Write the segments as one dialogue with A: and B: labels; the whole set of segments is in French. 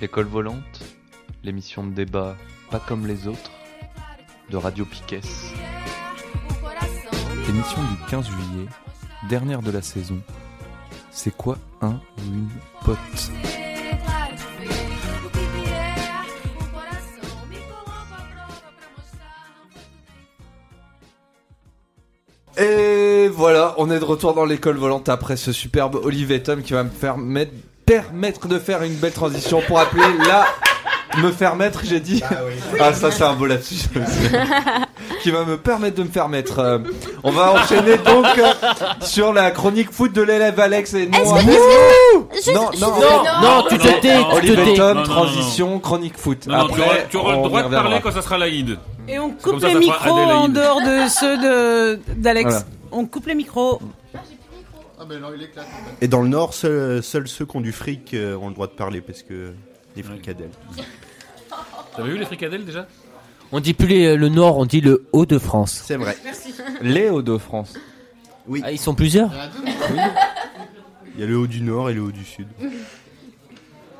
A: L'école volante, l'émission de débat pas comme les autres de Radio Piquet.
B: Émission du 15 juillet, dernière de la saison. C'est quoi un ou une pote
C: Et voilà, on est de retour dans l'école volante après ce superbe Olivier Tom qui va me faire mettre- permettre de faire une belle transition pour appeler la. Me faire mettre, j'ai dit. Ah, ça, c'est un beau lapsus. qui va me permettre de me faire mettre. Euh, on va enchaîner donc euh, sur la chronique foot de l'élève Alex et
D: Est-ce
C: moi.
D: que- est-ce que- juste-
C: Non,
D: juste-
C: non,
E: Non, tu te tais, tu te
C: Olivier
E: tais.
C: Tom,
F: Non, non, non.
C: transition, chronique foot.
F: Non, non, tu auras-
C: Après,
F: tu auras
C: on
F: le
C: y
F: droit de
C: reviendra.
F: parler quand ça sera la guide.
G: Et on coupe
F: Comme ça,
G: les
F: ça fera
G: micros en
F: Adélaïde.
G: dehors de ceux de d'Alex.
C: Voilà.
G: On coupe les micros.
H: Ah, mais non, il éclate. en fait.
I: Et dans le Nord, seuls seuls ceux qui ont du fric euh, ont le droit de parler parce que les fricadelles.
F: T'avais vu les fricadelles déjà
E: On dit plus les- le Nord, on dit le Haut de France.
I: C'est vrai.
C: Les Hauts-de-France.
I: Oui.
E: Ah, ils sont plusieurs.
H: Il y en a deux.
I: Il y a le haut du Nord et le haut du Sud.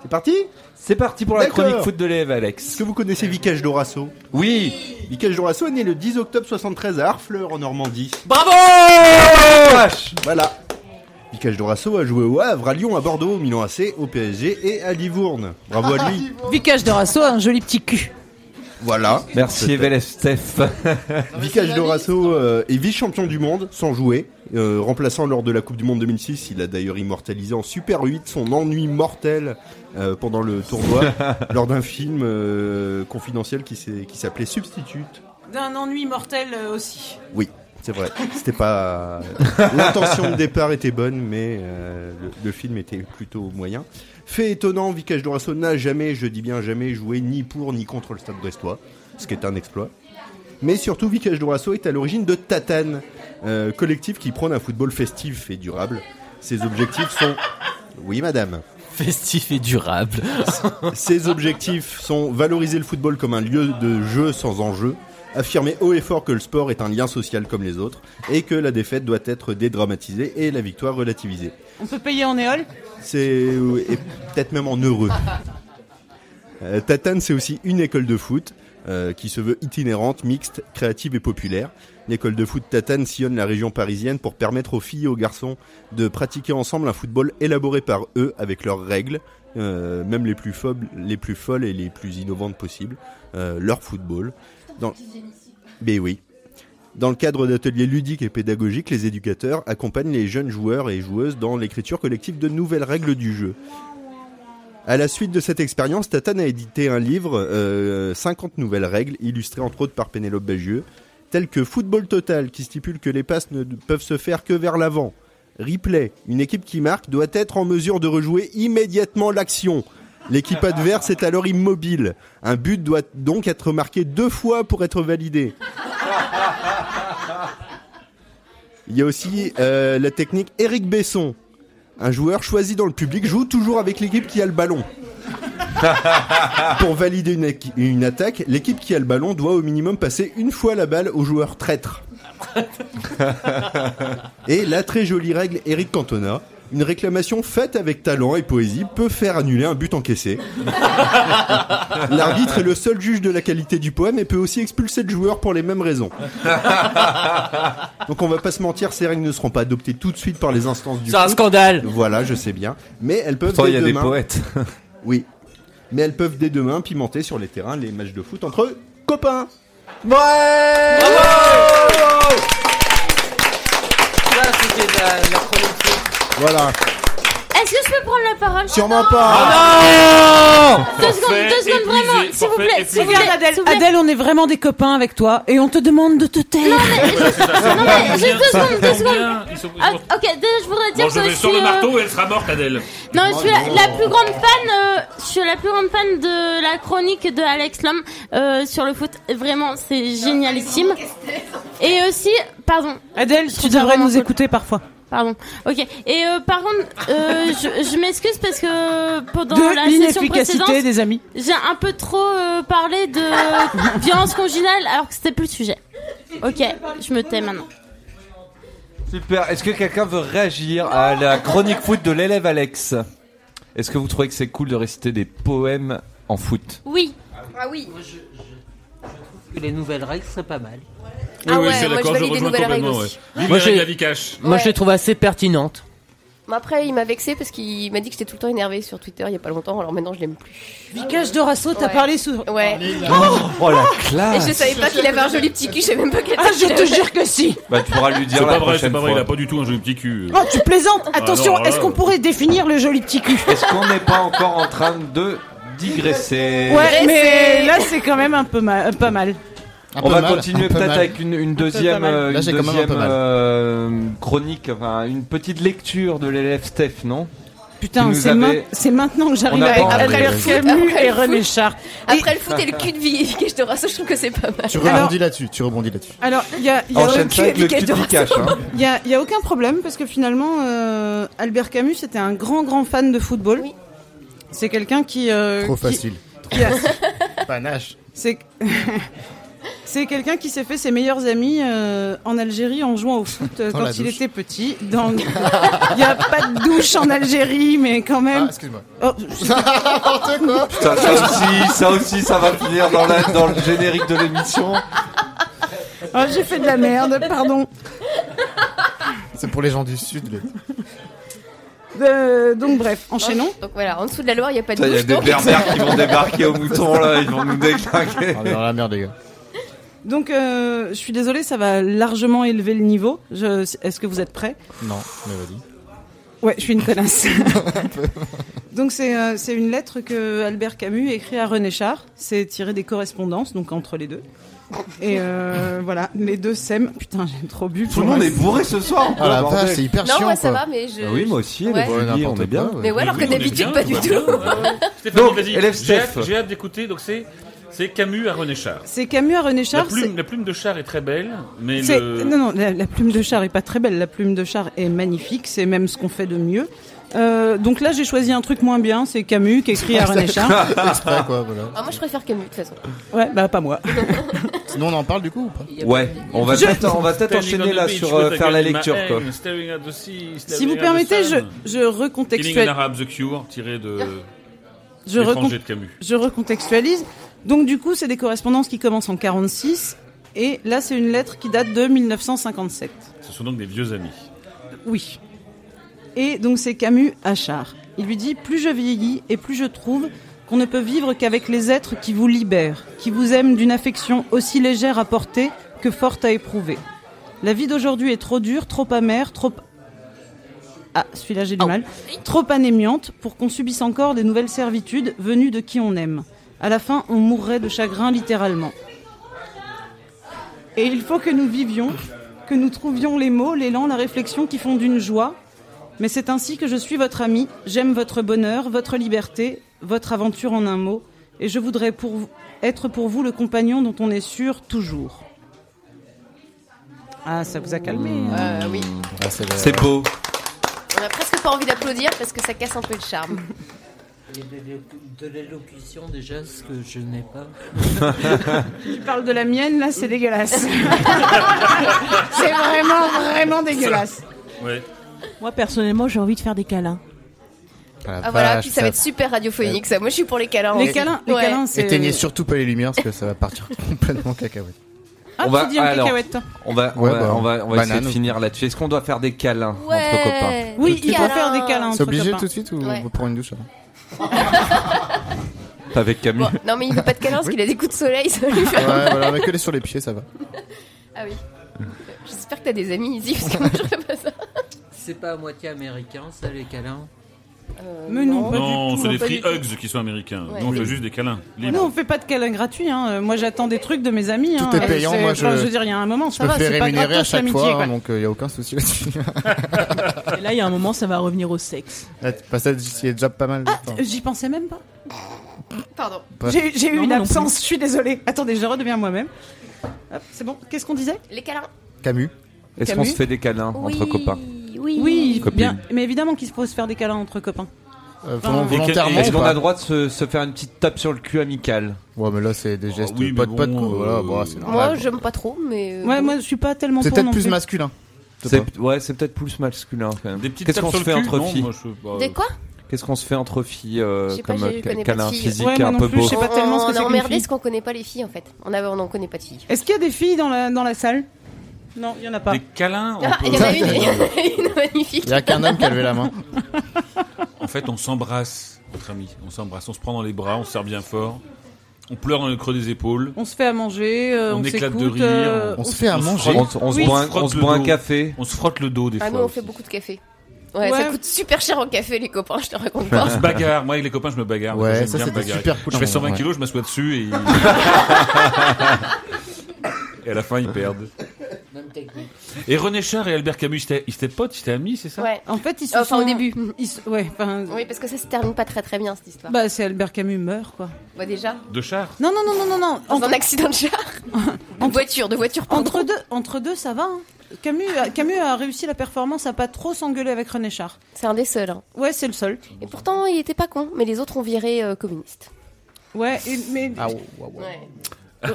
C: C'est parti C'est parti pour la
I: D'accord.
C: chronique foot de l'élève Alex.
I: Est-ce que vous connaissez Vicage Dorasso
C: Oui
I: Vicage Dorasso est né le 10 octobre 73 à Harfleur en Normandie.
C: Bravo
I: Voilà. Vicage Dorasso a joué au Havre, à Lyon, à Bordeaux, au Milan AC, au PSG et à Livourne. Bravo à lui.
G: Vicage de Rasso, un joli petit cul.
I: Voilà.
C: Merci Evelef Steph.
H: Non, mais c'est
I: Vicage
H: la
I: Dorasso euh, est vice-champion du monde sans jouer, euh, remplaçant lors de la Coupe du Monde 2006. Il a d'ailleurs immortalisé en Super 8 son ennui mortel euh, pendant le tournoi lors d'un film euh, confidentiel qui s'est- qui s'appelait Substitute.
G: D'un ennui mortel euh, aussi.
I: C'est vrai, c'était pas. euh, L'intention de départ était bonne, mais euh, le, le film était plutôt moyen. Fait étonnant, Vicage Dorasso n'a jamais, je dis bien jamais, joué ni pour ni contre le Stade Brestois, ce qui est un exploit. Mais surtout, Vicage Dorasso est à l'origine de Tatane, euh, collectif qui prône un football festif et durable. Ses objectifs sont. Oui, madame.
E: Festif et durable.
I: Ses objectifs sont valoriser le football comme un lieu de jeu sans enjeu, affirmer haut et fort que le sport est un lien social comme les autres et que la défaite doit être dédramatisée et la victoire relativisée.
G: On peut payer en éole
I: C'est oui, et peut-être même en heureux. Euh, Tatane, c'est aussi une école de foot euh, qui se veut itinérante, mixte, créative et populaire. L'école de foot Tatane sillonne la région parisienne pour permettre aux filles et aux garçons de pratiquer ensemble un football élaboré par eux avec leurs règles, euh, même les plus, fobles, les plus folles et les plus innovantes possibles, euh, leur football. Dans... Mais oui. Dans le cadre d'ateliers ludiques et pédagogiques, les éducateurs accompagnent les jeunes joueurs et joueuses dans l'écriture collective de nouvelles règles du jeu. À la suite de cette expérience, Tatane a édité un livre, euh, 50 nouvelles règles, illustré entre autres par Pénélope Bagieux, telles que Football Total, qui stipule que les passes ne peuvent se faire que vers l'avant. Replay, une équipe qui marque doit être en mesure de rejouer immédiatement l'action. L'équipe adverse est alors immobile. Un but doit donc être marqué deux fois pour être validé. Il y a aussi euh, la technique Eric Besson. Un joueur choisi dans le public joue toujours avec l'équipe qui a le ballon. Pour valider une, équi- une attaque, l'équipe qui a le ballon doit au minimum passer une fois la balle au joueur traître. et la très jolie règle Eric Cantona. Une réclamation faite avec talent et poésie peut faire annuler un but encaissé. L'arbitre est le seul juge de la qualité du poème et peut aussi expulser le joueur pour les mêmes raisons. Donc on va pas se mentir, ces règles ne seront pas adoptées tout de suite par les instances du
E: C'est un
I: foot.
E: scandale.
I: Voilà, je sais bien. Mais elles peuvent
C: Pourtant,
I: dès
C: il y a des
I: demain.
C: poètes.
I: Oui. Mais elles peuvent dès demain pimenter sur les terrains les matchs de foot entre copains.
C: Ouais
I: Voilà.
D: Est-ce que je peux prendre la parole
I: Sûrement
J: Ah
I: pas.
H: Ah
D: Deux secondes, deux secondes, vraiment, s'il vous plaît, s'il vous plaît.
G: Regarde Adèle,
D: s'il vous plaît.
G: Adèle, on est vraiment des copains avec toi et on te demande de te taire.
D: Non, mais juste deux secondes, deux secondes.
F: Ils sont- ils
D: Ah,
F: sont-
D: ok, déjà je voudrais dire
F: Bon, je
D: que
F: vais
D: je
F: sur
D: suis,
F: le
D: euh, Ah
F: marteau et elle sera morte, Adèle.
D: non, je suis la, la plus grande fan, euh, je suis la plus grande fan de la chronique de Alex Lhomme euh, sur le foot. Vraiment, c'est génialissime. Et aussi, pardon,
G: Adèle, tu
D: trouve ça
G: devrais
D: vraiment
G: nous
D: cool.
G: écouter parfois.
D: Pardon. Ok. Et euh, par contre, euh, je, je m'excuse parce que pendant la
G: de
D: session
G: l'inefficacité
D: précédente,
G: des amis.
D: j'ai un peu trop euh, parlé de violence conjugale alors que c'était plus le sujet. Ok, je me tais maintenant.
C: Super, est-ce que quelqu'un veut réagir à la chronique foot de l'élève Alex Est-ce que vous trouvez que c'est cool de réciter des poèmes en foot
D: Oui.
J: Ah oui.
E: Les nouvelles règles seraient pas mal.
J: Ah ouais,
F: je suis
J: moi,
F: d'accord,
J: je
F: je
J: valide les
F: rejoins
J: nouvelles
F: complètement.
J: règles aussi.
F: ouais. Vive
E: Moi,
F: les règles
E: j'ai-
F: à vie cash.
E: Moi, je
J: Ouais.
E: les trouve assez pertinentes.
J: Mais après, il m'a vexé parce qu'il m'a dit que j'étais tout le temps énervée sur Twitter il y a pas longtemps, alors maintenant je l'aime plus.
G: Vicage Dorasso, t'as
J: Ouais.
G: parlé sur.
J: Ouais.
C: Oh
J: Et
C: la
J: je
C: classe
J: savais pas qu'il avait un joli petit cul, je savais même pas quel
G: Ah,
J: âge
G: je
J: il
G: te
J: avait.
G: jure que si
C: Bah tu pourras lui dire
F: C'est
C: la
F: pas vrai, c'est
C: prochaine
F: pas vrai, il a
C: fois.
F: pas du tout un joli petit cul.
G: Oh, tu plaisantes
F: non,
G: Attention,
F: alors là,
G: est-ce qu'on
F: euh.
G: pourrait définir le joli petit cul
C: Est-ce qu'on n'est pas encore en train de digresser
G: Ouais,
J: Dressé.
G: mais là, c'est quand même un peu mal. euh, Pas mal.
H: Un
C: On
H: peu
C: va
H: mal, un
C: continuer
H: peu
C: peut-être
H: mal.
C: avec une, une deuxième,
G: pas mal.
C: euh,
H: Là,
C: une
H: j'ai quand même un
C: deuxième,
H: peu mal.
C: euh, chronique, enfin une petite lecture de l'élève Steph, non Tu
G: Putain,
C: nous
G: c'est
C: avais-
G: main- c'est maintenant que j'arrive
C: On a
G: avec
C: pas-
J: Après
G: Albert
J: le foot,
G: Camus
J: après
G: et
J: le foot.
G: René Char.
J: Après le foot et le cul de Vicage Dorasso, je trouve que c'est pas mal.
H: Tu
G: Alors-
H: rebondis là-dessus, tu rebondis là-dessus.
G: Alors, il y a, il y a
C: Enchaîne
G: aucun-
C: ça avec le cul de Picache, hein.
G: Il y a, il y a aucun problème parce que finalement, euh, Albert Camus était un grand grand fan de football.
J: Oui.
G: C'est quelqu'un qui, euh,
H: Trop
G: qui-
H: facile.
G: qui a-
H: Panache.
G: c'est c'est quelqu'un qui s'est fait ses meilleurs amis euh, en Algérie en jouant au foot euh,
H: Dans
G: quand
H: la
G: il
H: douche.
G: était petit. Dans... il n'y a pas de douche en Algérie, mais quand
H: Ah,
G: même.
H: excuse-moi.
G: Oh,
H: N'importe quoi.
C: Putain, ça aussi, ça aussi, ça va finir dans, la- dans le générique de l'émission.
G: oh, j'ai fait de la merde, pardon.
H: C'est pour les gens du sud. les-
G: Euh, donc bref, enchaînons.
J: Donc voilà, en dessous de la Loire, il n'y a pas de
C: Putain, Il y a
J: douche.
C: des
J: donc-
C: berbères qui vont débarquer au mouton là, ils vont nous déclinquer.
I: Ah,
H: On est dans Ah, la merde, les gars.
G: Donc euh, je suis désolée, ça va largement élever le niveau. Je... Est-ce que vous êtes prêts
H: Non, mais vas-y.
G: Ouais, je suis une connasse. donc c'est euh, c'est une lettre que Albert Camus écrit à René Char. C'est tiré des correspondances, donc entre les deux. Et euh, voilà, les deux s'aiment. Putain, j'ai trop bu.
C: Tout le monde est bourré ce soir.
H: Ah la
C: bordel.
H: vache, c'est hyper
J: Non,
H: chiant.
J: moi ça
H: quoi.
J: va, mais je.
C: Bah oui, moi aussi, les
J: Euh, Ouais.
C: filles,
H: Ouais, n'importe
C: on est bien.
H: quoi, ouais.
J: Mais ouais, alors que
F: Oui, on est
J: d'habitude,
F: bien,
J: pas du
F: tout
J: tout.
F: va bien, ouais, ouais. Stéphanie,
C: Donc,
F: vas-y.
C: élève
F: J'ai hâte-
C: Steph.
F: J'ai hâte d'écouter, donc c'est. C'est Camus à René Char.
G: C'est Camus à René
F: La
G: Char.
F: plume, la plume de Char est très belle, mais
G: c'est- c'est-
F: le...
G: Non, non, la, la plume de Char est pas très belle. La plume de Char est magnifique. C'est même ce qu'on fait de mieux. Euh, donc là, j'ai choisi un truc moins bien. C'est Camus qui écrit à René Char.
H: Exprès, quoi, voilà.
J: Ah, moi je préfère Camus de toute façon.
G: Ouais, bah pas moi.
H: Sinon, on en parle du coup ou pas
C: Ouais, on va
G: Je-
C: peut-être on va peut-être
F: Standing on
C: enchaîner
F: the
C: là
F: beach
C: sur
F: with
C: euh,
F: a
C: faire la
F: gun in my
C: lecture
F: hand,
C: quoi.
F: Eh, staring at the sea,
G: Si vous
F: staring at the
G: permettez, je,
F: sun.
G: je
F: Killing an
G: recontextualise.
F: Arab, The Cure, tiré de
G: Je
F: L'étranger
G: recont-
F: de Camus.
G: Je recontextualise. Donc du coup, c'est des correspondances qui commencent en 46 et là c'est une lettre qui date de 1957.
F: Ce sont donc des vieux amis.
G: Oui. Et donc c'est Camus à Char. Il lui dit plus je vieillis et plus je trouve qu'on ne peut vivre qu'avec les êtres qui vous libèrent, qui vous aiment d'une affection aussi légère à porter que forte à éprouver. La vie d'aujourd'hui est trop dure, trop amère, trop ah, celui-là j'ai du mal. Trop anémiante pour qu'on subisse encore des nouvelles servitudes venues de qui on aime. À la fin, on mourrait de chagrin littéralement. Et il faut que nous vivions, que nous trouvions les mots, l'élan, la réflexion qui font d'une joie. Mais c'est ainsi que je suis votre ami, j'aime votre bonheur, votre liberté, votre aventure en un mot, et je voudrais pour vous- être pour vous le compagnon dont on est sûr toujours. Ah, ça vous a calmé. hein.
J: Euh, oui.
H: Ah, c'est
C: C'est beau.
J: On a presque pas envie d'applaudir parce que ça casse un peu le charme.
E: De l'élocution, déjà, ce que je n'ai pas.
G: Tu parles de la mienne, là, c'est dégueulasse. c'est vraiment, vraiment dégueulasse.
F: Ouais.
G: Moi, personnellement, j'ai envie de faire des câlins.
J: Ah, voilà, puis ça va être super radiophonique ça. Moi je suis pour les câlins.
G: Les
J: en
G: câlins,
J: fait.
G: les
J: Ouais.
G: câlins, c'est.
H: Éteignez surtout pas les lumières parce que ça va partir complètement cacahuète.
G: Ah,
C: On va-
G: tu dis en
C: alors.
G: cacahuète.
C: On va on
H: Ouais,
C: va
H: bah,
C: on va, on va
H: banane.
C: essayer de finir là-dessus. Est-ce qu'on doit faire des câlins entre copains
J: Ouais.
G: Oui,
J: Des
G: il faut
J: câlins.
G: faire des câlins.
H: C'est
G: entre
H: obligé
G: copains.
H: tout de suite ou
J: Ouais.
H: on peut prendre une douche avant
C: avec Camus
J: Bon, non mais il veut pas de câlins parce qu'il a des coups de soleil. Ça va lui faire-
H: Ouais, voilà, mais que les sur les pieds, ça va.
J: Ah oui. J'espère que t'as des amis ici parce que moi j'aurais pas ça.
E: C'est pas à moitié américain, ça, les câlins.
G: Euh, Mais non, pas
F: Non,
G: du
F: c'est
G: tout.
F: des
J: pas
F: free
J: du
F: hugs qui sont américains.
J: Ouais.
F: Nous, on fait juste des câlins. Libre.
G: Nous, on fait pas de câlins gratuits. Hein. Euh, Moi, j'attends des trucs de mes amis.
H: Tout
G: hein.
H: est payant,
G: C'est-
H: moi,
G: enfin,
H: je-
G: je veux dire, il y a un moment,
H: Je
G: ça
H: me
G: va.
H: fais
G: C'est pas
H: rémunérer à
G: gratos,
H: chaque
G: l'amitié.
H: fois, hein,
G: quoi.
H: donc il n'y a aucun souci là-dessus.
K: Et là, il y a un moment, ça va revenir au sexe.
H: Là, tu passes à- il y a déjà pas mal de temps.
G: Euh, J'y pensais même pas.
J: Pardon.
H: hein, Ouais.
G: J'ai j'ai eu
K: Non,
G: une
K: moi non plus.
G: absence. Je suis désolée. Attendez, je redeviens moi-même. Hop, C'est bon. Qu'est-ce qu'on disait
J: Les câlins.
H: Camus,
C: Est-ce qu'on
G: Camus
C: se fait des câlins entre copains
J: Oui.
G: Oui,
C: Copine.
G: bien. Mais évidemment qu'il faut se faire des câlins entre copains.
H: euh,
G: Enfin,
H: volon- volontairement
C: Est-ce
H: ou
C: qu'on a
H: pas
C: droit de se, se faire une petite tape sur le cul amicale
H: Ouais, mais là, c'est des gestes
F: Ah oui, mais
H: pas de pote,
F: bon,
H: quoi. Voilà,
F: euh,
H: bon, c'est normal.
J: Moi j'aime pas trop mais. euh,
G: Ouais,
J: bon.
G: moi, je suis pas tellement.
H: C'est
G: pour
H: peut-être
G: non
H: plus
G: plus.
H: masculin. Je sais
C: C'est
H: pas.
C: ouais, c'est peut-être plus masculin quand même.
F: Des petites
C: Qu'est-ce
F: tapes
C: qu'on
F: sur le
C: se fait
F: cul
C: entre
F: Non,
C: filles
F: moi, je- bah,
J: Des quoi
C: Qu'est-ce qu'on se fait entre filles euh,
J: Je sais pas,
C: comme
J: je
C: euh,
J: connais pas de
C: câlin
J: filles.
C: physique un peu beau
J: on,
G: que c'est
J: On a
G: qu'une
J: emmerdé
G: fille.
J: parce qu'on connaît pas les filles en fait. On a- on n'en connaît pas de filles.
G: Est-ce qu'il y a des filles dans la, dans la salle Non, il n'y en a pas.
F: Des câlins on
J: Ah,
F: peut-
J: il y en a une, il y en a une magnifique.
F: En fait, on s'embrasse, entre amis. On s'embrasse, on se prend dans les bras, on se serre bien fort. On pleure dans le creux des épaules.
G: On se fait à manger, euh, on,
F: on éclate de
G: s'écoute,
F: rire.
G: euh,
C: On se- on se
F: Oui.
C: boit un-
F: frotte
C: on se
F: le
C: boit un
F: dos.
C: café.
F: Bah, On se frotte le dos des
J: Ah, nous,
F: fois.
J: on fait beaucoup de café. Ouais, ça
G: Ouais.
J: coûte super cher en café, les copains, je te raconte pas.
F: On se bagarre. Ah, Moi, avec les copains, je me bagarre.
H: Ouais,
F: J'aime
H: ça,
F: bien
H: c'était
F: me bagarrer.
H: super cool,
F: Je fais
H: un moment,
F: 120
H: ouais.
F: kilos, je m'assois dessus et. ils- et à la fin, ils perdent.
E: Même technique.
F: Et René Char et Albert Camus, ils étaient- ils étaient potes, ils étaient amis, c'est ça
J: Ouais.
G: En fait, ils se
J: Enfin, au
G: sont-
J: début.
G: ils se- ouais, enfin,
J: Oui, parce que ça se termine pas très très bien cette histoire.
G: Bah, c'est Albert Camus meurt, quoi.
J: Bah, déjà.
F: De Char
G: Non, non, non, non, non, non.
J: Dans un accident de char. De voiture, de voiture.
G: Entre deux, entre deux, ça va. hein. Camus, a, Camus a réussi la performance à pas trop s'engueuler avec René Char.
J: C'est un des seuls. hein.
G: Ouais, c'est le seul.
J: Et pourtant, il était pas con, mais les autres ont viré euh, communiste.
G: Ouais, et- mais.
J: Ah, Ouais. Oh,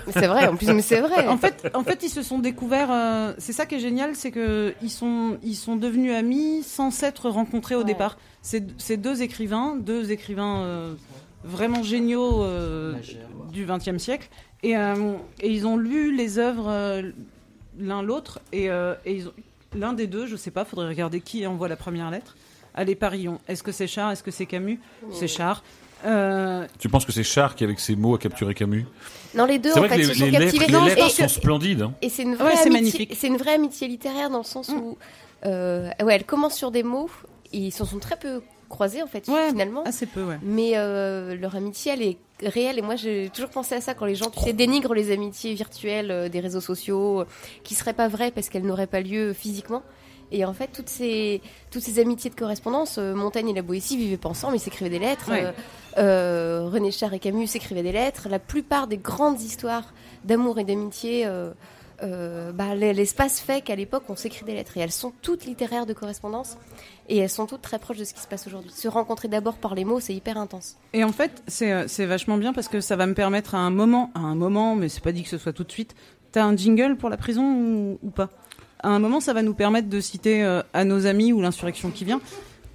J: Mais C'est vrai, en plus, mais c'est vrai.
G: En fait, en fait, ils se sont découverts. euh, c'est ça qui est génial, c'est que ils sont, ils sont devenus amis sans s'être rencontrés au départ. C'est c'est deux écrivains, deux écrivains euh, vraiment géniaux euh, du XXe siècle, et, euh, et ils ont lu les œuvres euh, l'un l'autre, et, euh, et ils ont- l'un des deux, je sais pas, faudrait regarder qui envoie la première lettre. Allez, parions. Est-ce que c'est Char Est-ce que c'est Camus C'est Char. Euh,
F: Tu penses que c'est Char qui, avec ses mots, a capturé Camus
J: Non, les deux,
F: C'est
J: en
F: vrai
J: fait,
F: que
J: se
F: les-
J: sont
F: les
J: captivés.
F: lettres- les
J: Non,
F: lettres
J: et-
F: sont splendides, hein.
J: Et c'est Mm. une,
G: Ouais,
J: vraie
G: c'est
J: amitié-
G: magnifique.
J: c'est une vraie amitié littéraire dans le sens où euh, ouais, elle commence sur des mots, et ils se sont très peu croisés en fait, finalement.
G: Assez peu, ouais.
J: Mais euh, leur amitié, elle est réelle. Et moi, j'ai toujours pensé à ça quand les gens tu sais, dénigrent les amitiés virtuelles euh, des réseaux sociaux, euh, qui seraient pas vraies parce qu'elles n'auraient pas lieu physiquement. Et en fait, toutes ces, toutes ces amitiés de correspondance, euh, Montaigne et la Boétie vivaient pas ensemble, ils s'écrivaient des lettres.
G: Ouais.
J: euh, euh, René Char et Camus s'écrivaient des lettres. La plupart des grandes histoires d'amour et d'amitié, euh, euh, bah, l- l'espace fait qu'à l'époque, on s'écrit des lettres. Et elles sont toutes littéraires de correspondance. Et elles sont toutes très proches de ce qui se passe aujourd'hui. Se rencontrer d'abord par les mots, c'est hyper intense.
G: Et en fait, c'est euh, c'est vachement bien parce que ça va me permettre à un moment, à un moment, mais c'est pas dit que ce soit tout de suite. T'as un jingle pour la prison ou, ou pas À un moment, ça va nous permettre de citer euh, à nos amis ou l'insurrection qui vient.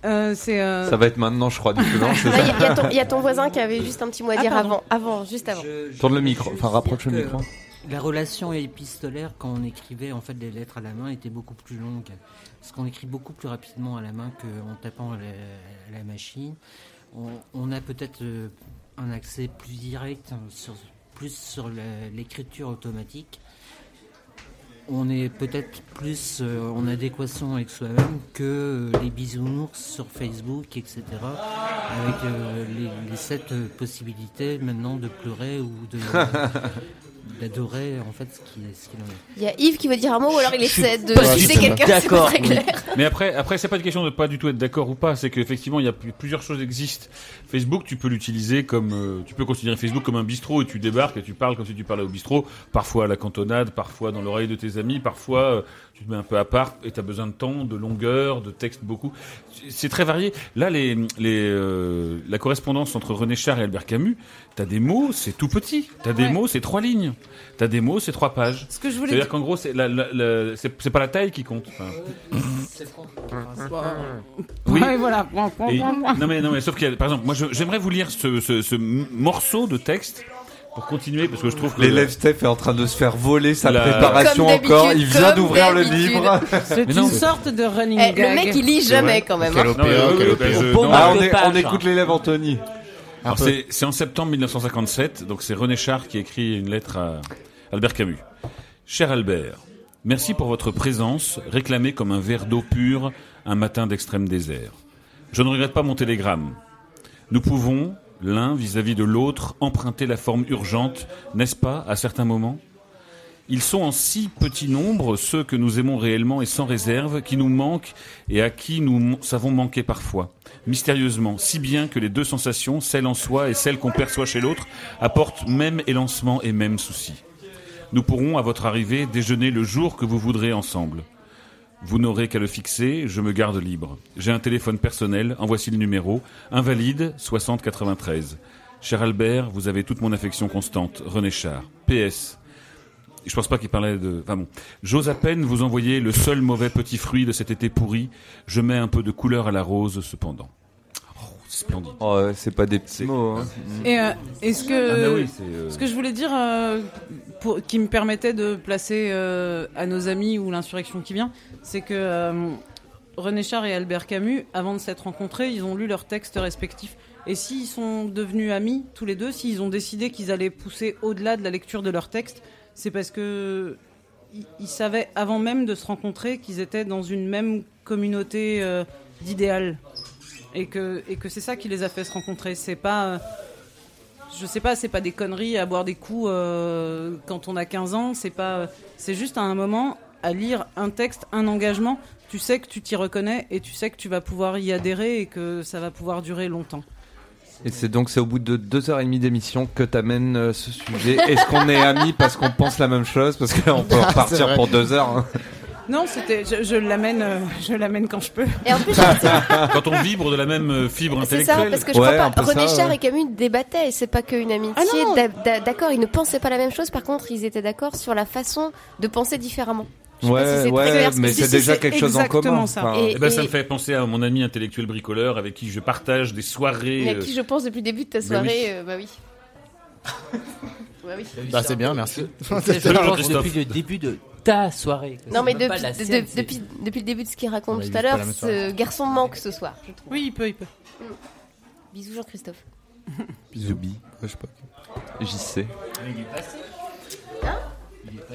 G: Euh, c'est euh,
C: Ça va être maintenant, je crois, du coup, non c'est
J: Il Ah, y,
C: ça
J: a- y a ton- y a ton voisin qui avait juste un petit mot à
G: Ah,
J: dire
G: pardon.
J: avant, avant, juste avant.
C: Tourne le micro, enfin rapproche le
E: que
C: micro.
E: La relation épistolaire, quand on écrivait en fait des lettres à la main, était beaucoup plus longue. Parce qu'on écrit beaucoup plus rapidement à la main qu'en tapant à la, à la machine. On, on a peut-être euh, un accès plus direct, hein, sur- plus sur la- l'écriture automatique. On est peut-être plus euh, en adéquation avec soi-même que euh, les bisounours sur Facebook, etc. Avec euh, les, les sept euh, possibilités maintenant de pleurer ou de d'adorer en fait ce qui est ce qu'il en est.
J: Il y a Yves qui veut dire un mot, ou alors il essaie de
E: pas du
J: sucer
E: tout
J: quelqu'un, c'est pas
E: d'accord.
J: très clair.
F: Mais après, après c'est pas une question de pas du tout être d'accord ou pas. C'est qu'effectivement, il y a pl- plusieurs choses qui existent. Facebook, tu peux l'utiliser comme, euh, tu peux considérer Facebook comme un bistrot et tu débarques et tu parles comme si tu parlais au bistrot. Parfois à la cantonade, parfois dans l'oreille de tes amis, parfois euh, tu te mets un peu à part et t'as besoin de temps, de longueur, de texte beaucoup. C'est- C'est très varié. Là, les, les, euh, la correspondance entre René Char et Albert Camus, t'as des mots, c'est tout petit. T'as des mots, c'est trois lignes. T'as des mots, c'est trois pages.
G: Ce que je voulais
F: C'est-à-dire
G: dire-
F: qu'en gros, c'est la- la- la- c'est c'est pas la taille qui compte. Enfin, Oui.
G: Ouais, voilà.
F: et- non mais non mais sauf que par exemple, moi je- j'aimerais vous lire ce, ce- ce m- morceau de texte pour continuer parce que je trouve que
C: L'élève Steph est en train de se faire voler sa
F: La-
C: préparation
F: Comme
C: encore. Il
F: d'habitude,
C: vient
F: comme
C: d'ouvrir le
F: d'habitude.
C: livre.
G: C'est
F: Mais
G: une
F: non, mais-
G: sorte de running
J: Eh, le
G: gag.
J: mec, il lit jamais, quand même, Quel hein. opéra,
F: oui,
J: quel
F: oui,
J: opéra.
F: ben, je-
J: Bon,
F: non,
C: Ah,
F: mais-
C: on, est- on écoute l'élève Anthony.
F: Alors, c'est c'est en septembre 1957, donc c'est René Char qui écrit une lettre à Albert Camus. Cher Albert, merci pour votre présence, réclamée comme un verre d'eau pure un matin d'extrême désert. Je ne regrette pas mon télégramme. Nous pouvons, l'un vis-à-vis de l'autre, emprunter la forme urgente, n'est-ce pas, à certains moments ils sont en si petit nombre ceux que nous aimons réellement et sans réserve, qui nous manquent et à qui nous mon- savons manquer parfois, mystérieusement, si bien que les deux sensations, celle en soi et celle qu'on perçoit chez l'autre, apportent même élancement et même souci. Nous pourrons, à votre arrivée, déjeuner le jour que vous voudrez ensemble. Vous n'aurez qu'à le fixer, je me garde libre. J'ai un téléphone personnel, en voici le numéro, invalide 6093. Cher Albert, vous avez toute mon affection constante, René Char. PS. Je pense pas qu'il parlait de. Enfin bon. J'ose à peine vous envoyer le seul mauvais petit fruit de cet été pourri. Je mets un peu de couleur à la rose, cependant. Oh, Splendide.
C: Oh, ouais, c'est pas des petits mots. Hein.
G: Et euh, est-ce que
C: Ah, bah oui, c'est, euh,
G: ce que je voulais dire, euh, pour- qui me permettait de placer euh, à nos amis ou l'insurrection qui vient, c'est que euh, René Char et Albert Camus, avant de s'être rencontrés, ils ont lu leurs textes respectifs. Et s'ils sont devenus amis tous les deux, s'ils ont décidé qu'ils allaient pousser au-delà de la lecture de leurs textes, c'est parce que ils, ils savaient avant même de se rencontrer qu'ils étaient dans une même communauté euh, d'idéal. Et que, et que c'est ça qui les a fait se rencontrer. C'est pas. euh, je sais pas, c'est pas des conneries à boire des coups euh, quand on a 15 ans, c'est pas euh, c'est juste à un moment à lire un texte, un engagement, tu sais que tu t'y reconnais et tu sais que tu vas pouvoir y adhérer et que ça va pouvoir durer longtemps.
C: Et c'est donc c'est au bout de deux heures et demie d'émission que t'amènes euh, ce sujet. Est-ce qu'on est amis parce qu'on pense la même chose Parce que là, on peut
H: Ah, c'est
C: repartir
H: vrai.
C: pour deux heures. hein.
G: Non, c'était je, je l'amène euh, je l'amène quand je peux.
J: Et en plus,
F: Quand on vibre de la même euh, fibre
J: Ah. c'est ça,
F: intellectuelle.
J: parce que je
C: Ouais,
J: crois
C: un
J: pas.
C: peu
J: René
C: ça,
J: Char
C: ouais.
J: et Camus débattaient, et c'est pas qu'une amitié.
D: Ah non, non.
J: d'a- d'a- d'accord, ils ne pensaient pas la même chose, par contre, ils étaient d'accord sur la façon de penser différemment. Je sais pas si
C: Ouais,
J: c'est très
C: ouais,
J: clair ce que
C: mais
J: je dis.
C: c'est
G: si,
C: déjà
G: c'est
C: quelque chose en
G: exactement
C: commun.
G: ça.
J: Et-
F: Eh ben, ça me fait penser à mon ami intellectuel bricoleur avec qui je partage des soirées.
J: Mais à
F: euh,
J: qui je pense depuis le début de ta
F: oui.
J: soirée, euh, bah oui. bah oui.
H: Bah, c'est bien, merci.
E: Je
F: Salut,
E: pense
F: Jean-Christophe.
E: depuis le début de ta soirée. quoi.
J: Non, mais
E: C'est même pas
J: depuis,
E: la
J: de-
E: sienne,
J: de-
E: c'est-
J: depuis, depuis le début de ce qu'il
H: On
J: raconte
H: a
J: tout
H: eu
J: à
H: pas la
J: l'heure,
H: même
J: ce
H: soirée.
J: garçon manque ce soir, je trouve.
G: Oui, il peut, il peut.
J: Bisous Jean-Christophe.
C: Zubi,
H: Je sais pas.
C: j'y sais.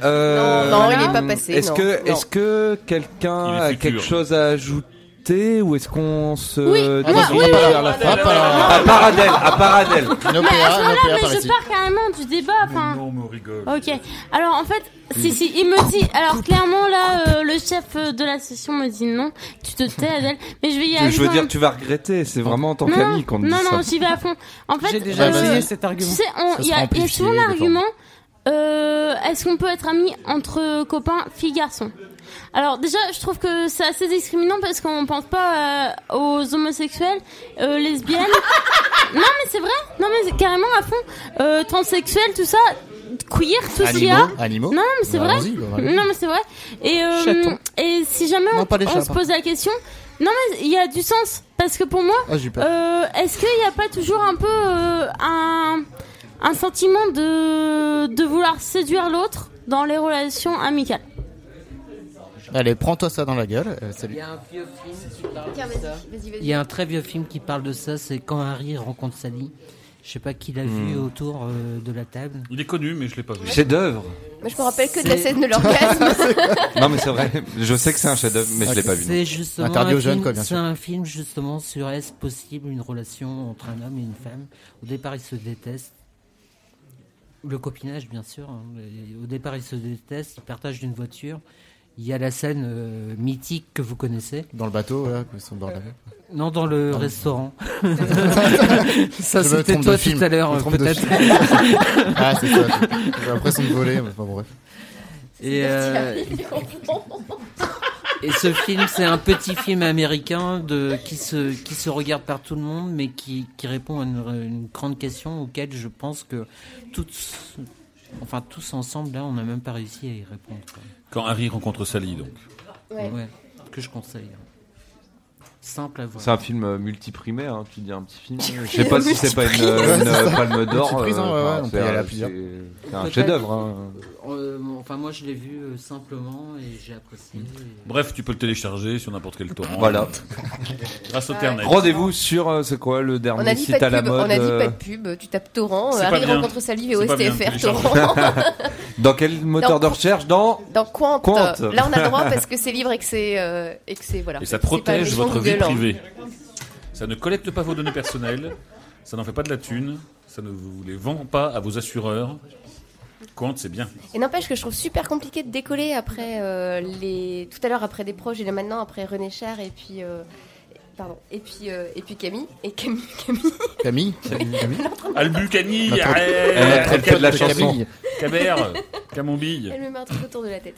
J: Non, non, il est pas passé,
C: Euh, Est-ce
J: non,
C: que,
J: non.
C: est-ce que
F: Il
C: quelqu'un
F: est
C: a
F: futur.
C: quelque chose à ajouter ou est-ce qu'on se
D: Oui,
C: dirige
D: moi, oui,
H: oui.
C: vers la fin
H: Ah, pas là.
C: À part Adèle, à part Adèle.
H: Une
D: Mais à ce
H: OPA, une
D: moment-là,
H: OPA par
D: mais je
H: ici.
D: pars carrément du débat.
J: Ah.
D: Enfin,
F: Non, mais on rigole.
D: Ok. Alors en fait, si si, il me dit. Alors clairement là, euh, le chef euh, de la session me dit non. Tu te tais, Adèle. Mais je vais y
C: Tu-
D: aller.
C: Je veux dire, tu vas regretter. C'est vraiment en tant
D: Non,
C: qu'ami qu'on te dit
D: non, non,
C: ça.
D: j'y vais à fond. En fait,
G: J'ai
H: Bah,
G: déjà
D: euh,
G: essayé cet
D: tu
G: argument.
D: sais, on-
H: Ça
D: il y a,
H: sera
D: il y a
H: amplifié,
D: souvent
H: déformé.
D: l'argument. euh, Est-ce qu'on peut être amis entre copains, filles, garçons Alors déjà, je trouve que c'est assez discriminant parce qu'on pense pas euh, aux homosexuels, euh, lesbiennes. non mais c'est vrai. Non mais c'est carrément à fond. Euh, transsexuels, tout ça, queer, tout ce qu'il y a.
H: Animaux, animaux.
D: Non, mais c'est
H: Bah,
D: vrai.
H: allons-y, bah, allons-y.
D: Non mais c'est vrai. Et, euh,
G: Chaton.
D: et si jamais on,
H: Non, pas les
D: on
H: chats,
D: se
H: par
D: pose la question, non mais il y a du sens parce que pour moi,
H: Ah, j'ai eu peur.
D: euh, est-ce qu'il n'y a pas toujours un peu euh, un, un sentiment de de vouloir séduire l'autre dans les relations amicales
H: Allez, prends-toi ça dans la gueule. euh,
E: Il y
H: salut.
E: a un vieux film qui parle
J: Tiens,
E: de
J: vas-y,
E: ça.
J: vas-y,
E: Il
J: vas-y.
E: y a un très vieux film qui parle de ça, c'est quand Harry rencontre Sally. Je sais pas qui l'a vu autour euh, de la table.
F: Il est connu, mais je l'ai pas vu.
C: Chef d'œuvre.
J: Moi, je me rappelle que de la
E: C'est-
J: scène de l'orgasme.
C: Non, mais c'est vrai. Je sais que c'est un chef d'œuvre, mais je l'ai pas vu.
E: C'est justement
H: Interdit
E: un
H: aux jeunes,
E: film-
H: quoi, bien
E: c'est
H: sûr.
E: un film justement sur est-ce possible une relation entre un homme et une femme. Au départ, ils se détestent. Le copinage, bien sûr. hein, mais Au départ, ils se détestent. Ils partagent une voiture. Il y a la scène euh, mythique que vous connaissez.
H: Dans le bateau, là, ils sont au bord de la mer.
E: Non, dans le restaurant. ça,
H: Je me
E: c'était
H: trompe
E: toi
H: de film.
E: tout à l'heure,
H: Je me trompe de
E: peut-être.
H: Ah, c'est ça. j'ai- J'ai l'impression de voler, mais enfin, bon, bref.
E: Et, euh, et ce film, c'est un petit film américain de, qui, se, qui se regarde par tout le monde, mais qui, qui répond à une, une grande question auquel je pense que tous, enfin, tous ensemble, là, on n'a même pas réussi à y répondre. quoi.
F: Quand Harry rencontre Sally, donc.
J: Ouais.
E: Ouais, que je conseille. hein. Simple à voir.
C: C'est un film euh, multiprimé, hein, tu dis un petit film. Je sais pas si c'est pas une, euh, une, euh, palme d'or.
H: Multiprise, hein, ouais, ouais, on
C: c'est
H: peut y aller
C: un-
H: à plusieurs.
C: c'est- C'est un chef d'œuvre. hein.
E: Euh, enfin, moi, je l'ai vu euh, simplement et j'ai apprécié. et-
F: Bref, tu peux le télécharger sur n'importe quel torrent.
C: Voilà.
F: Grâce au Internet.
C: Rendez-vous sur, euh, c'est quoi le
J: On a
C: dernier
J: dit
C: site
J: pas
C: à
J: de
C: la
J: pub, on
C: mode
J: a dit
C: euh,
J: pas de pub, tu tapes torrent, euh,
F: C'est
J: Harry
F: pas bien.
J: rencontre Salive et
F: C'est pas bien,
J: OSTFR
F: télécharge.
J: torrent.
C: Dans quel moteur de recherche Dans
J: Dans Quant,
C: Quant.
J: euh, là on a le droit parce que c'est libre et que c'est, euh, et que c'est, voilà.
F: Et ça
J: C'est pas
F: protège
J: méchant
F: votre vie
J: Google, hein.
F: privée. Ça ne collecte pas vos données personnelles. Ça n'en fait pas de la thune. Ça ne vous les vend pas à vos assureurs. Quant, c'est bien.
J: Et n'empêche que je trouve super compliqué de décoller après euh, les. Tout à l'heure, après des proches, et là maintenant, après René Char et puis. euh, Pardon. Et puis, euh, et puis Camille. Et Camille, Camille.
H: Camille
F: Albu, Camille,
H: Notre-
F: arrête,
C: notre-
F: Cab-
C: Eh, de la chanson.
H: Camille.
F: Cabert, Camembille.
J: Elle me met un truc autour de la tête.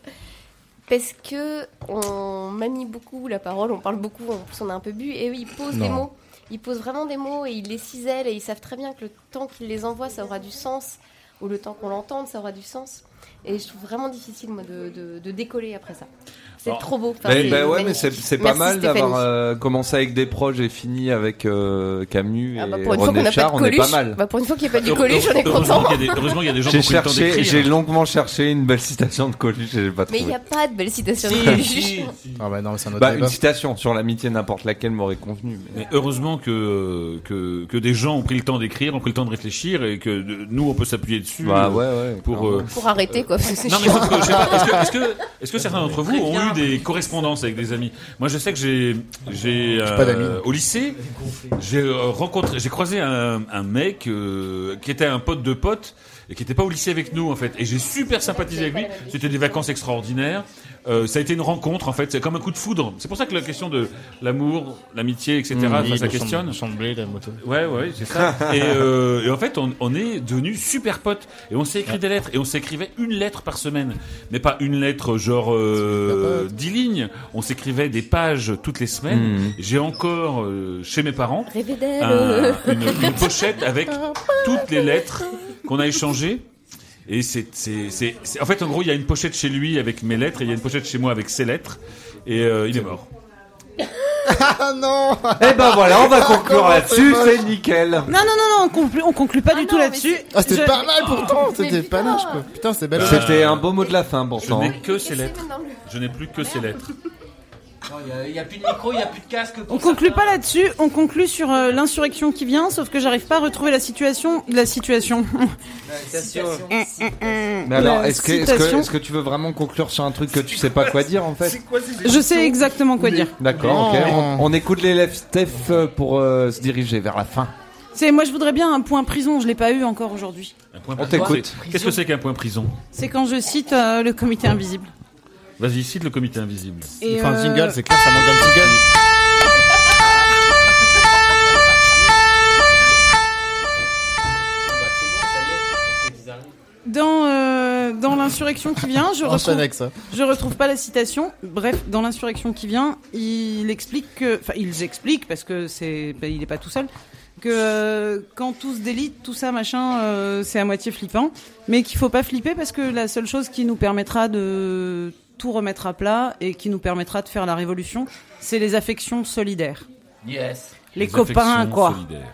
J: Parce que on manie beaucoup la parole, on parle beaucoup, en plus on a un peu bu, et eux ils posent des
H: Non.
J: mots. Ils posent vraiment des mots et ils les cisèlent et ils savent très bien que le temps qu'ils les envoient ça aura du sens, ou le temps qu'on l'entende ça aura du sens. Et je trouve vraiment difficile, moi, de, de- de décoller après ça. C'est
C: Alors,
J: trop beau. Enfin,
C: Ben, ben ouais, mais
J: magnifique.
C: c'est c'est pas
J: Merci,
C: mal d'avoir
J: Stéphanie.
C: euh, commencé avec des proches et fini avec euh, Camus et
J: Ah bah, pour une fois qu'on
C: René
J: n'a pas
C: Char,
J: de
C: on est
J: Coluche,
C: pas mal.
J: bah, pour une fois qu'il n'y a pas du
C: Heure-
J: Coluche, on est
F: heureusement
J: content.
F: qu'il y a des- heureusement qu'il y a des gens qui ont
C: J'ai
F: pris le temps
C: cherché,
F: d'écrire.
C: j'ai longuement cherché une belle citation de Coluche et j'ai pas
J: Mais
C: trouvé.
J: il n'y a pas de belle citation
H: Si,
J: de Coluche.
H: si, Ah bah non, mais c'est un autre
C: Bah,
H: débat.
C: une citation sur l'amitié, n'importe laquelle m'aurait convenu. mais-
F: Mais heureusement que, que, que des gens ont pris le temps d'écrire, ont pris le temps de réfléchir et que de- nous, on peut s'appuyer dessus. euh,
C: Bah ouais, ouais,
F: Pour,
C: clairement.
F: euh,
J: Pour arrêter, quoi. parce que c'est
F: Non, mais
J: chiant.
F: sauf que, je sais pas, est-ce que, est-ce que, est-ce que certains d'entre vous ont eu des correspondances avec des amis Moi, je sais que j'ai, j'ai euh,
H: pas d'amis.
F: au lycée, j'ai euh, rencontré, j'ai croisé un, un mec euh, qui était un pote de pote et qui n'était pas au lycée avec nous en fait. Et j'ai super sympathisé avec lui. C'était des vacances extraordinaires. Euh, ça a été une rencontre en fait. C'est comme un coup de foudre. C'est pour ça que la question de l'amour, l'amitié, etc. enfin,
H: Oui,
F: ça
H: le
F: questionne.
H: champ- champ de blé, la moto.
F: Ouais, ouais, c'est ça. et, euh, et en fait, on, on est devenus super potes. Et on s'est écrit des lettres. Et on s'écrivait une lettre par semaine. Mais pas une lettre genre euh, 10 lignes. On s'écrivait des pages toutes les semaines.
C: Mhm.
F: J'ai encore euh, chez mes parents
J: Rêver d'elle.
C: Euh,
F: un- une, une pochette avec toutes les lettres qu'on a échangées. Et c'est, c'est, c'est, c'est- en fait, en gros, il y a une pochette chez lui avec mes lettres et il y a une pochette chez moi avec ses lettres. Et euh, il est mort.
H: Ah non
C: Eh ben voilà, on va conclure là-dessus, c'est nickel.
G: Non, non, non, non, on conclut, on conclut pas
D: Ah
G: du
D: non,
G: tout
D: mais
G: là-dessus.
H: Ah, c'était
G: Je-
H: pas mal pourtant, c'était
D: putain.
H: pas lâche quoi. Putain, c'est belle.
C: C'était un beau mot de la fin,
F: Je
C: pourtant.
F: n'ai que ses
J: Qu'est-ce
F: lettres.
J: que c'est maintenant
F: Je n'ai plus que ses lettres.
E: Oh, Il n'y a, plus de micro, il n'y a plus de casque.
G: On conclut pas là-dessus, on conclut sur euh, l'insurrection qui vient, sauf que j'arrive pas à retrouver la situation, la situation.
C: Mais alors,
G: La
C: est-ce que, est-ce, que,
G: citation.
C: est-ce que tu veux vraiment conclure sur un truc que tu sais pas quoi dire en fait
G: Je sais exactement quoi dire.
C: D'accord, ok.
H: Non.
C: On, on écoute l'élève Steph euh, pour euh, se diriger vers la fin.
G: C'est moi je voudrais bien un point prison, je l'ai pas eu encore aujourd'hui.
F: Un point
C: On
F: prison,
C: t'écoute.
F: c'est- Qu'est-ce que c'est qu'un point prison
G: C'est quand je cite euh, le comité invisible.
F: Vas-y, cite le comité invisible.
G: Et,
H: Enfin,
G: euh,
H: jingle, c'est clair, ça manque d'un jingle.
G: dans euh, dans l'insurrection qui vient, je
H: Enchaîne
G: retrouve
H: avec ça.
G: Je retrouve pas la citation. Bref, dans l'insurrection qui vient, il explique que, enfin, ils expliquent parce que c'est, ben, il est pas tout seul, que euh, quand tout se délite, tout ça, machin, euh, c'est à moitié flippant, mais qu'il faut pas flipper parce que la seule chose qui nous permettra de tout remettre à plat et qui nous permettra de faire la révolution, c'est les affections solidaires.
E: Yes.
G: Les, copains,
F: affections
G: quoi.
F: solidaires.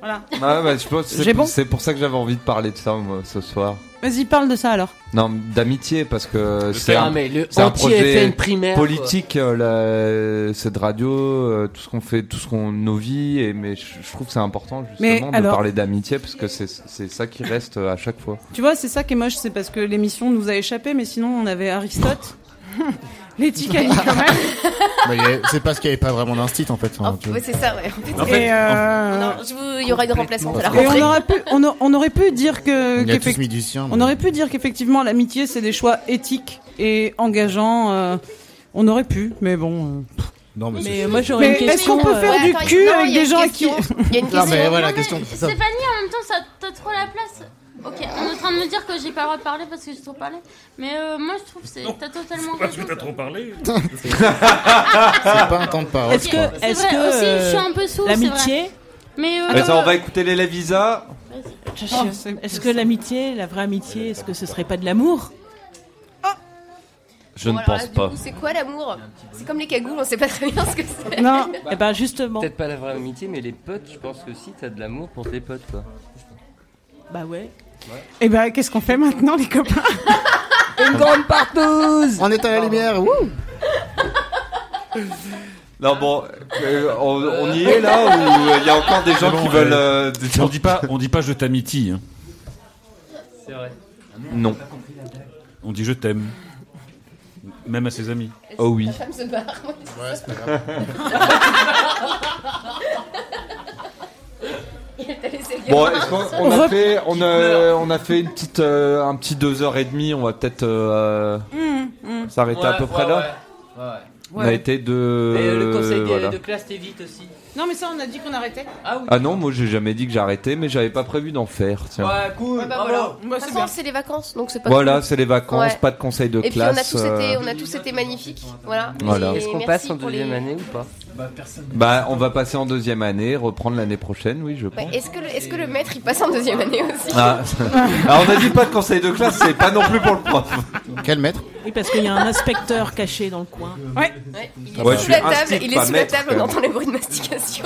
G: Voilà.
C: Ah, bah, je pense que
G: J'ai
C: c'est,
G: bon
C: c'est pour ça que j'avais envie de parler de ça moi, ce soir.
G: Vas-y, parle de ça alors.
C: Non, d'amitié, parce que c'est
F: terme.
E: Ah,
C: un
E: mais le
C: c'est un
E: anti
C: projet
E: FN primaire. quoi.
C: politique euh, la- cette radio euh, tout ce qu'on fait tout ce qu'on nos vies et mais je, je trouve que c'est important
G: Mais
C: justement de
G: alors-
C: parler d'amitié parce que c'est c'est ça qui reste euh, à chaque fois
G: Tu vois, c'est ça qui est moche, c'est parce que l'émission nous a échappé, mais sinon on avait Aristote, l'éthique à Nicomède.
H: Bah, il y avait- C'est parce qu'il n'y avait pas vraiment d'instit en fait. hein,
J: Oh,
H: tu vois.
J: ouais, c'est ça, ouais. En fait,
F: En fait,
G: Et, euh,
J: non, je vous- il y aura une remplaçante à la
G: et on
J: rentrée.
G: aurait pu, on, a- on aurait pu dire que,
H: On y a tous
G: qu'effect-
H: mis du sien.
G: on
H: mais-
G: aurait pu dire qu'effectivement l'amitié c'est des choix éthiques et engageants. euh, on aurait pu, mais bon. euh.
H: Non, mais,
K: Mais
H: c'est-
K: moi j'aurais une
G: Mais est-ce
K: question.
G: qu'on peut
K: euh,
G: faire
J: Ouais,
G: du
J: attends,
G: cul
J: non,
G: avec
J: il y a
G: des
J: une
G: gens à qui.
J: question. Il y a une
H: Non,
J: question.
H: mais voilà la
D: Non, mais
H: question, c'est ça.
D: Stéphanie, en même temps, ça t'as trop la place. Ok, on est en train de me dire que j'ai pas le droit de parler parce que j'ai trop parlé. Mais euh, moi, je trouve que c'est- t'as totalement
F: Parce que
D: raison.
F: t'as trop parlé.
H: c'est pas un temps de parole.
K: Est-ce
H: je
K: que,
H: crois.
D: C'est
K: est-ce
D: vrai,
K: que
D: aussi,
K: euh,
D: je suis un peu sourd, c'est vrai.
K: l'amitié,
D: Mais, euh,
C: Attends, on va écouter l'élève Isa
K: Oh, est-ce que l'amitié, la vraie amitié, est-ce que ce serait pas de l'amour
A: Je ne
J: Bon, alors là,
A: pense
J: du
A: pas.
J: coup, C'est quoi l'amour C'est comme les cagoules, on sait pas très bien ce que c'est.
G: Non,
K: Eh ben justement.
L: Peut-être pas la vraie amitié, mais les potes, je pense que si, t'as de l'amour pour tes potes, quoi.
K: Bah ouais.
G: et ben qu'est-ce qu'on fait maintenant les copains
L: Une grande partouze
H: On éteint la lumière. wouh
C: non bon euh, on, on y est là ou il y a encore des gens
F: bon,
C: qui
F: euh,
C: veulent euh, des gens-
F: On dit pas, on dit pas je t'amitie. Hein.
L: C'est vrai.
C: non
F: On dit je t'aime. Même à ses amis.
C: oh oui
J: La femme se
G: Bah,
J: barre. ouais.
H: Ouais, c'est pas grave.
J: Elle t'a laissé le
C: Bon,
J: gamin.
C: est-ce qu'on on a fait, on a, on a fait une petite, euh,
J: Mmh,
C: un petit deux heures et demie. On va peut-être euh, s'arrêter à peu près là. On a été de.
L: Et le conseil de,
C: voilà.
L: de classe t'évite aussi.
K: Non, mais ça, on a dit qu'on arrêtait.
L: Ah oui.
C: Ah non, moi j'ai jamais dit que j'arrêtais, mais j'avais pas prévu d'en faire. Tiens.
L: Ouais, bah, cool.
G: Bah,
J: De toute façon, c'est les vacances, donc c'est pas
C: Voilà,
J: cool.
C: c'est les vacances,
J: Ouais.
C: pas de conseil de
J: Et puis on a
C: classe.
J: tous été,
C: euh,
J: on a tous été magnifiques. Voilà.
C: Voilà.
J: Et
C: Est-ce
L: qu'on
J: merci
L: passe en
J: pour
L: deuxième
J: les-
L: année ou pas
C: Bah, on va passer en deuxième année, reprendre l'année prochaine, oui, je
J: Bah,
C: pense.
J: Est-ce que, le- est-ce que le maître il passe en deuxième année aussi
C: Ah. Ah, on a dit pas de conseil de classe, c'est pas non plus pour le prof.
H: Quel maître
K: Oui, parce qu'il y a un inspecteur caché dans le coin.
J: Ouais. Il est
C: Ouais, je
J: sous
C: suis
J: la
C: un
J: table,
C: stick,
J: il
C: pas
J: est sous la
C: maître,
J: table,
C: quand
J: on
C: même.
J: entend les bruits de mastication.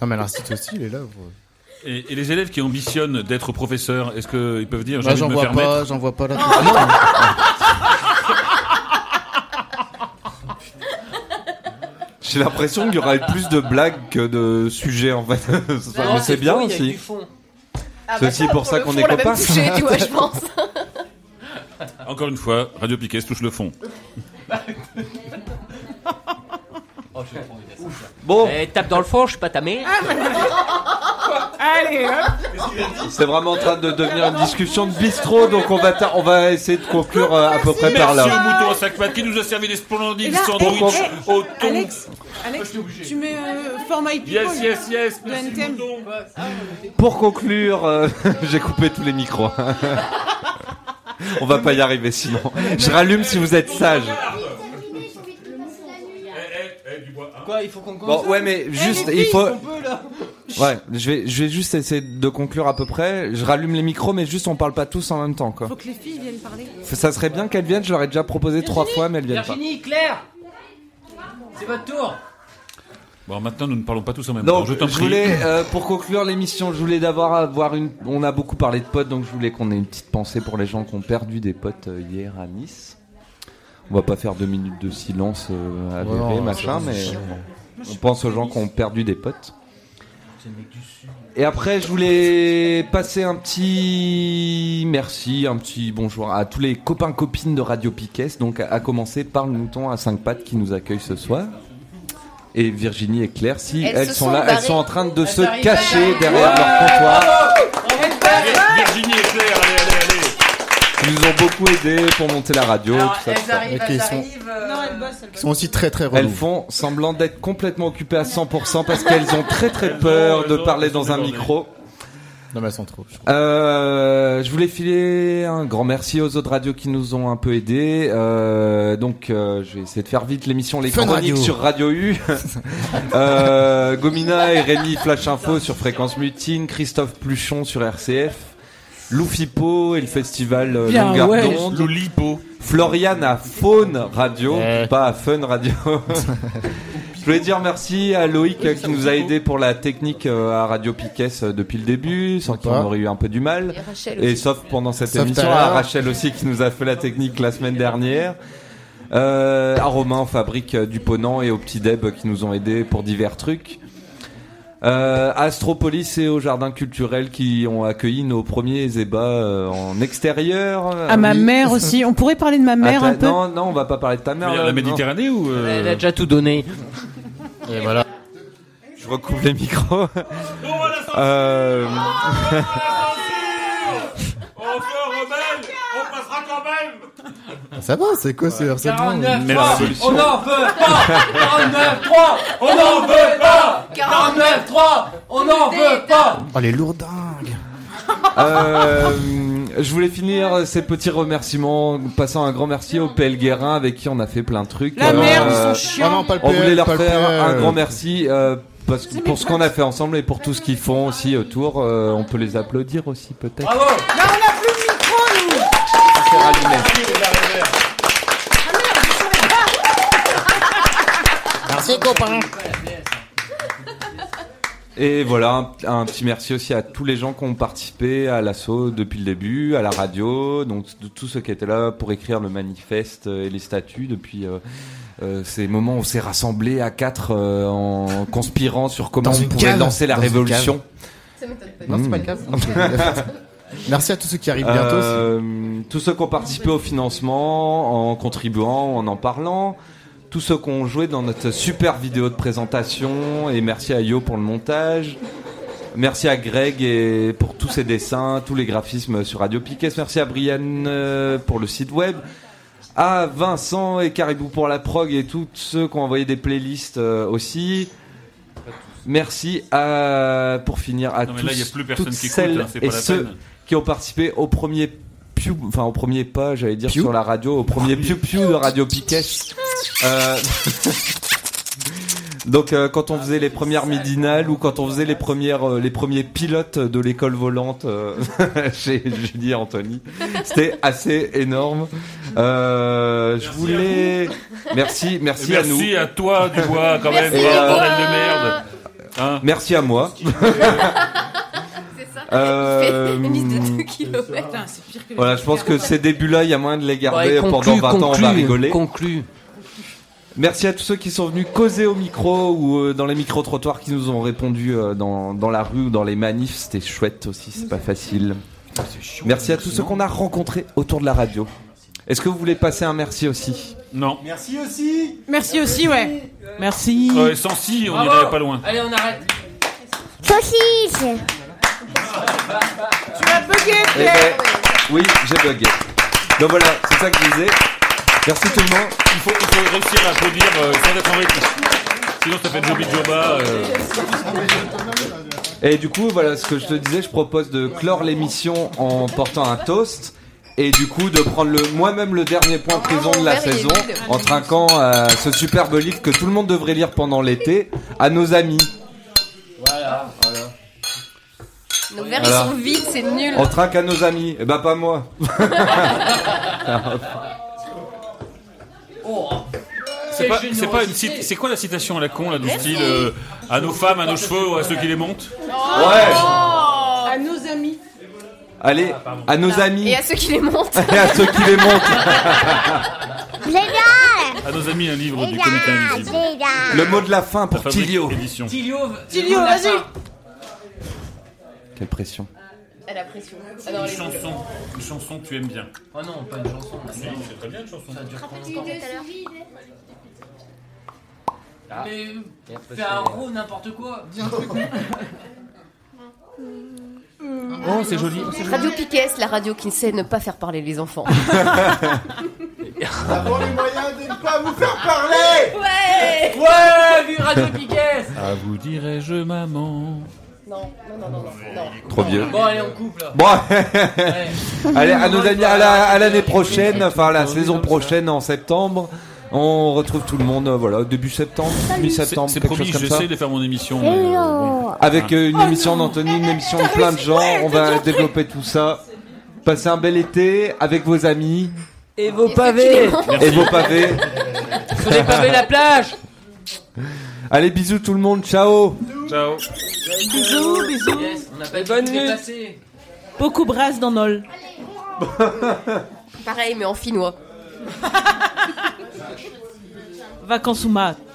H: Non, mais l'institut aussi, il est là. vous.
F: Et, et les élèves qui ambitionnent d'être professeurs, est-ce qu'ils peuvent dire
H: Bah,
F: j'ai envie de
H: j'en
F: me
H: vois
F: faire
H: pas,
F: maître
H: j'en vois pas là.
C: J'ai l'impression qu'il y aura eu plus de blagues que de sujets en fait. Ce soir.
L: Non, Ah,
C: mais c'est
L: c'est
C: bien
L: faux, il y a
C: aussi.
L: du fond.
J: Ah bah
C: C'est aussi
J: ça,
C: pour ça
J: le
C: qu'on
J: fond,
C: est
J: on l'a même
C: copains.
J: touché, tu vois, je pense.
F: Encore une fois, Radio Piquet se touche le fond.
L: Oh, je vais prendre une ascenseur.
C: Bon.
L: Eh, tape dans le fond, je suis pas ta mère.
K: Allez, hop.
C: C'est vraiment en train de devenir une discussion de bistrot, donc on va, ta- on va essayer de conclure euh, à peu près par
F: Merci au
C: là.
F: mouton à sac pâte qui nous a servi des
K: Et
F: splendides
K: là,
F: sandwichs
K: eh, eh,
F: au thon.
K: Alex, Alex, tu mets euh, Format People
F: Yes, yes, yes.
K: de
F: Merci
K: NTM.
F: mouton.
C: Pour conclure, euh, j'ai coupé tous les micros. on va pas y arriver sinon. Je rallume si vous êtes sage.
F: Eh,
L: Quoi, il faut qu'on compte
C: Bon, ouais, mais juste, il faut. Ouais, je vais, je vais juste essayer de conclure à peu près. Je rallume les micros, mais juste on parle pas tous en même temps, quoi.
K: Faut que les filles viennent parler.
C: Ça serait bien qu'elles viennent, je leur ai déjà proposé trois fois, mais elles viennent pas.
L: Virginie, Claire C'est votre tour
F: Bon, maintenant, nous ne parlons pas tous en même temps.
C: Donc,
F: Je
C: je,
F: t'en prie.
C: voulais, euh, pour conclure l'émission, je voulais d'avoir avoir une. On a beaucoup parlé de potes, donc je voulais qu'on ait une petite pensée pour les gens qui ont perdu des potes euh, hier à Nice. On va pas faire deux minutes de silence euh, avéré,
H: non,
C: machin,
H: c'est
C: mais
H: chiant.
C: euh, on pense aux gens qui ont perdu des potes. Et après, je voulais passer un petit merci, un petit bonjour à tous les copains copines de Radio Piquet, donc à, à commencer par le mouton à cinq pattes qui nous accueille ce soir. Et Virginie et Claire, si
J: Elles
C: elles,
J: se
C: sont
J: sont
C: là, elles
J: barrées.
C: sont en train de se
L: arrivent.
C: cacher derrière leur comptoir.
F: Virginie et Claire, allez, allez, allez.
C: Ils nous ont beaucoup aidés pour monter la radio.
L: Alors,
C: tout ça, tout
L: elles
C: ça.
L: arrivent,
H: Ok,
L: elles
H: ils sont-
L: arrivent. euh,
K: Non, elle bosse, elle
H: Ils
K: bosse.
H: sont aussi très très
C: Elles
H: relous.
C: font semblant d'être complètement occupées à 100% parce qu'elles ont très très peur
F: elles
C: de
F: ont-
C: parler
F: elles sont
C: dans un
F: débordées.
C: micro.
H: Non, mais elles sont trop. je trouve.
C: Euh, je voulais filer un grand merci aux autres radios qui nous ont un peu aidés. Euh, donc, euh, je vais essayer de faire vite l'émission Les
H: Fun
C: Chroniques
H: Radio.
C: sur Radio U. euh, Gomina et Rémi Flash Info sur Fréquence Mutine, Christophe Pluchon sur RCF, Loufipo et le festival euh,
K: Bien,
C: Longueur
K: ouais.
C: d'onde.
F: Lolipo.
C: Florian à Faune Radio,
H: Ouais.
C: pas à Fun Radio. Je voulais dire merci à Loïc euh, qui nous a aidés pour la technique euh, à Radio Piquet euh, depuis le début, sans qui on
H: Sympa.
C: aurait eu un peu du mal.
J: Et Rachel
C: Et
J: aussi.
C: sauf pendant cette
H: Sauf
C: émission,
H: tout à l'heure.
C: à Rachel aussi qui nous a fait la technique la semaine dernière. Euh, à Romain en fabrique euh, du Ponant et au petit Deb qui nous ont aidés pour divers trucs. Euh, à Astropolis et au Jardin Culturel qui ont accueilli nos premiers ébats euh, en extérieur.
G: À Ah, ma
C: Oui.
G: mère aussi. On pourrait parler de ma mère
C: Ah,
G: un
C: ta-
G: peu.
C: Non, non, on va pas parler de ta mère.
F: Il y a
C: là,
F: la
C: non.
F: Méditerranée ou. euh,
L: Elle a déjà tout donné.
H: Et voilà.
C: Je recoupe les micros. Euh,
F: Encore rebelle On passera quand même Ah,
H: Ça va, c'est quoi c'est c'est bon.
L: 49
F: Mais la
L: 3
F: révolution.
L: On n'en veut pas 49 3 On n'en veut pas 49 3 On n'en veut pas
H: Oh, les lourdingues.
C: euh, je voulais finir ces petits remerciements en passant un grand merci au PL Guérin avec qui on a fait plein de trucs.
K: La
C: Euh,
K: merde, ils sont
H: Ah
K: chiants.
H: non, pas le
C: on voulait
H: PL,
C: leur
H: pas le E
C: faire
H: PL.
C: un grand merci euh, parce que
K: C'est
C: pour
K: mes
C: ce qu'on a
K: potes.
C: fait ensemble et pour tout ce qu'ils font aussi autour. Euh, on peut les applaudir aussi peut-être.
L: Bravo
K: Non, on n'a plus de micro, nous.
C: C'est rallumé.
H: Merci, copain.
C: Et voilà, un, un petit merci aussi à tous les gens qui ont participé à l'assaut depuis le début, à la radio, donc de tous ceux qui étaient là pour écrire le manifeste euh, et les statuts depuis euh, euh, ces moments où on s'est rassemblés à quatre euh, en conspirant sur comment
H: Dans
C: on
H: une
C: pouvait
H: cave,
C: lancer la
H: dans une
C: révolution.
J: Ça m'étonne pas.
H: Non, c'est pas
C: Mm.
H: le cas. Mmh. Merci à tous ceux qui arrivent bientôt. aussi.
C: Euh, tous ceux qui ont participé au financement, en contribuant, en en parlant. Tous ceux qui ont joué dans notre super vidéo de présentation. Et merci à Yo pour le montage. Merci à Greg et pour tous ses dessins, tous les graphismes sur Radio Piquet. Merci à Brian euh, pour le site web. à Vincent et Caribou pour la prog et tous ceux qui ont envoyé des playlists euh, aussi. Merci à, pour finir à
F: Non, mais
C: tous,
F: là, il y a plus personne
C: toutes
F: qui écoute,
C: celles
F: hein, c'est pas
C: et
F: la
C: ceux
F: peine.
C: qui ont participé au premier piou, enfin au premier pas, j'allais dire sur la radio, au premier piou piou de Radio Piquet. Euh, Donc euh, quand on faisait les premières midinales ou quand on faisait les premières euh, les premiers pilotes de l'école volante euh, chez Julie et Anthony, c'était assez énorme. Euh, je voulais merci merci, à nous.
F: Merci à toi, Dubois, quand même,
C: Et,
F: pour la
C: euh,
F: bordel de merde. Hein?
C: merci à moi. Euh,
J: Il fait une liste de 2 kilomètres.
C: Voilà, je pense que ces débuts-là, il y a moyen de les garder
L: Ouais, conclue,
C: pendant 20 ans, on va
L: conclue,
C: rigoler.
L: conclue.
C: Merci à tous ceux qui sont venus causer au micro ou euh, dans les micro-trottoirs qui nous ont répondu euh, dans, dans la rue ou dans les manifs. C'était chouette aussi, c'est pas facile. Merci à tous ceux qu'on a rencontrés autour de la radio. Est-ce que vous voulez passer un merci aussi
F: Non.
K: Merci aussi. Merci aussi, ouais. Merci.
F: Euh, sans si, on
K: Bravo.
F: n'irait pas loin.
L: Allez, on arrête.
K: Saucisse.
L: Tu as bugué,
C: Eh ben, oui, j'ai bugué. Donc voilà, c'est ça que je disais. Merci tout le monde.
F: Il faut, il faut réussir à applaudir euh, sans être en rythme. Sinon, ça fait Joby Joba. euh.
C: Et du coup, voilà ce que je te disais, je propose de clore l'émission en portant un toast. Et du coup, de prendre le, moi-même le dernier
J: Ah,
C: point prison de la
L: verre, il est
C: saison
L: vide.
C: en trinquant euh, ce superbe livre que tout le monde devrait lire pendant l'été à nos amis.
L: Voilà.
J: Nos verres,
C: Voilà.
J: ils sont vides, c'est nul.
C: On trinque à nos amis. Et bah, pas moi.
F: C'est pas, c'est pas une cit- C'est quoi la citation à la con là du style euh, à nos femmes, à nos cheveux ou à ceux qui les montent
K: À nos amis.
C: Allez, à nos amis.
J: Et à ceux qui les montent.
C: Et à ceux qui les montent.
F: Génial À nos amis, un livre du comité invisible.
C: Le mot de la fin pour
F: La fabrique
C: Tilio.
F: édition.
L: Tilio,
K: Tilio, vas-y.
C: Quelle pression.
J: Elle a pression. Ah
F: Une chanson, une chanson que tu aimes bien.
L: Oh non, pas une chanson.
F: Si, c'est très bien une chanson.
L: Ça dure pas longtemps. Mais
F: Et après,
L: Ah. fais un
F: c'est-
L: roux, n'importe quoi.
J: Dis un truc.
L: Oh, c'est joli.
J: Radio Piquet, la radio qui sait ne pas faire parler les enfants.
L: Avoir les moyens de ne pas vous faire
J: parler. Ouais.
L: Ouais, vu Radio Piquet.
F: À vous dirai-je, maman.
J: Non, non, non, non, non.
C: Trop vieux.
L: Bon, allez, on coupe là.
C: Bon, allez, à nos amis, à la- à l'année prochaine, enfin à la saison prochaine en septembre. On retrouve tout le monde, euh, voilà, début septembre, mi-septembre,
F: C'est
C: quelque
F: promis,
C: chose comme ça.
F: j'essaie de faire mon émission. mais, euh, bon.
C: Avec euh, une
L: Oh
F: Ah.
C: émission d'Anthony,
L: Eh,
C: une émission de plein de gens, on va développer tout ça. Passez un bel été avec vos amis
L: Et vos pavés.
C: et vos pavés.
L: Sur les pavés, la plage.
C: Allez, bisous tout le monde, ciao.
F: Ciao.
K: Bisous, bisous.
L: On a pas
K: bonne
L: été
K: nuit.
L: dépassés.
K: Beaucoup brasse dans Nol.
J: Pareil, mais en finnois.
K: Vacances ou mat.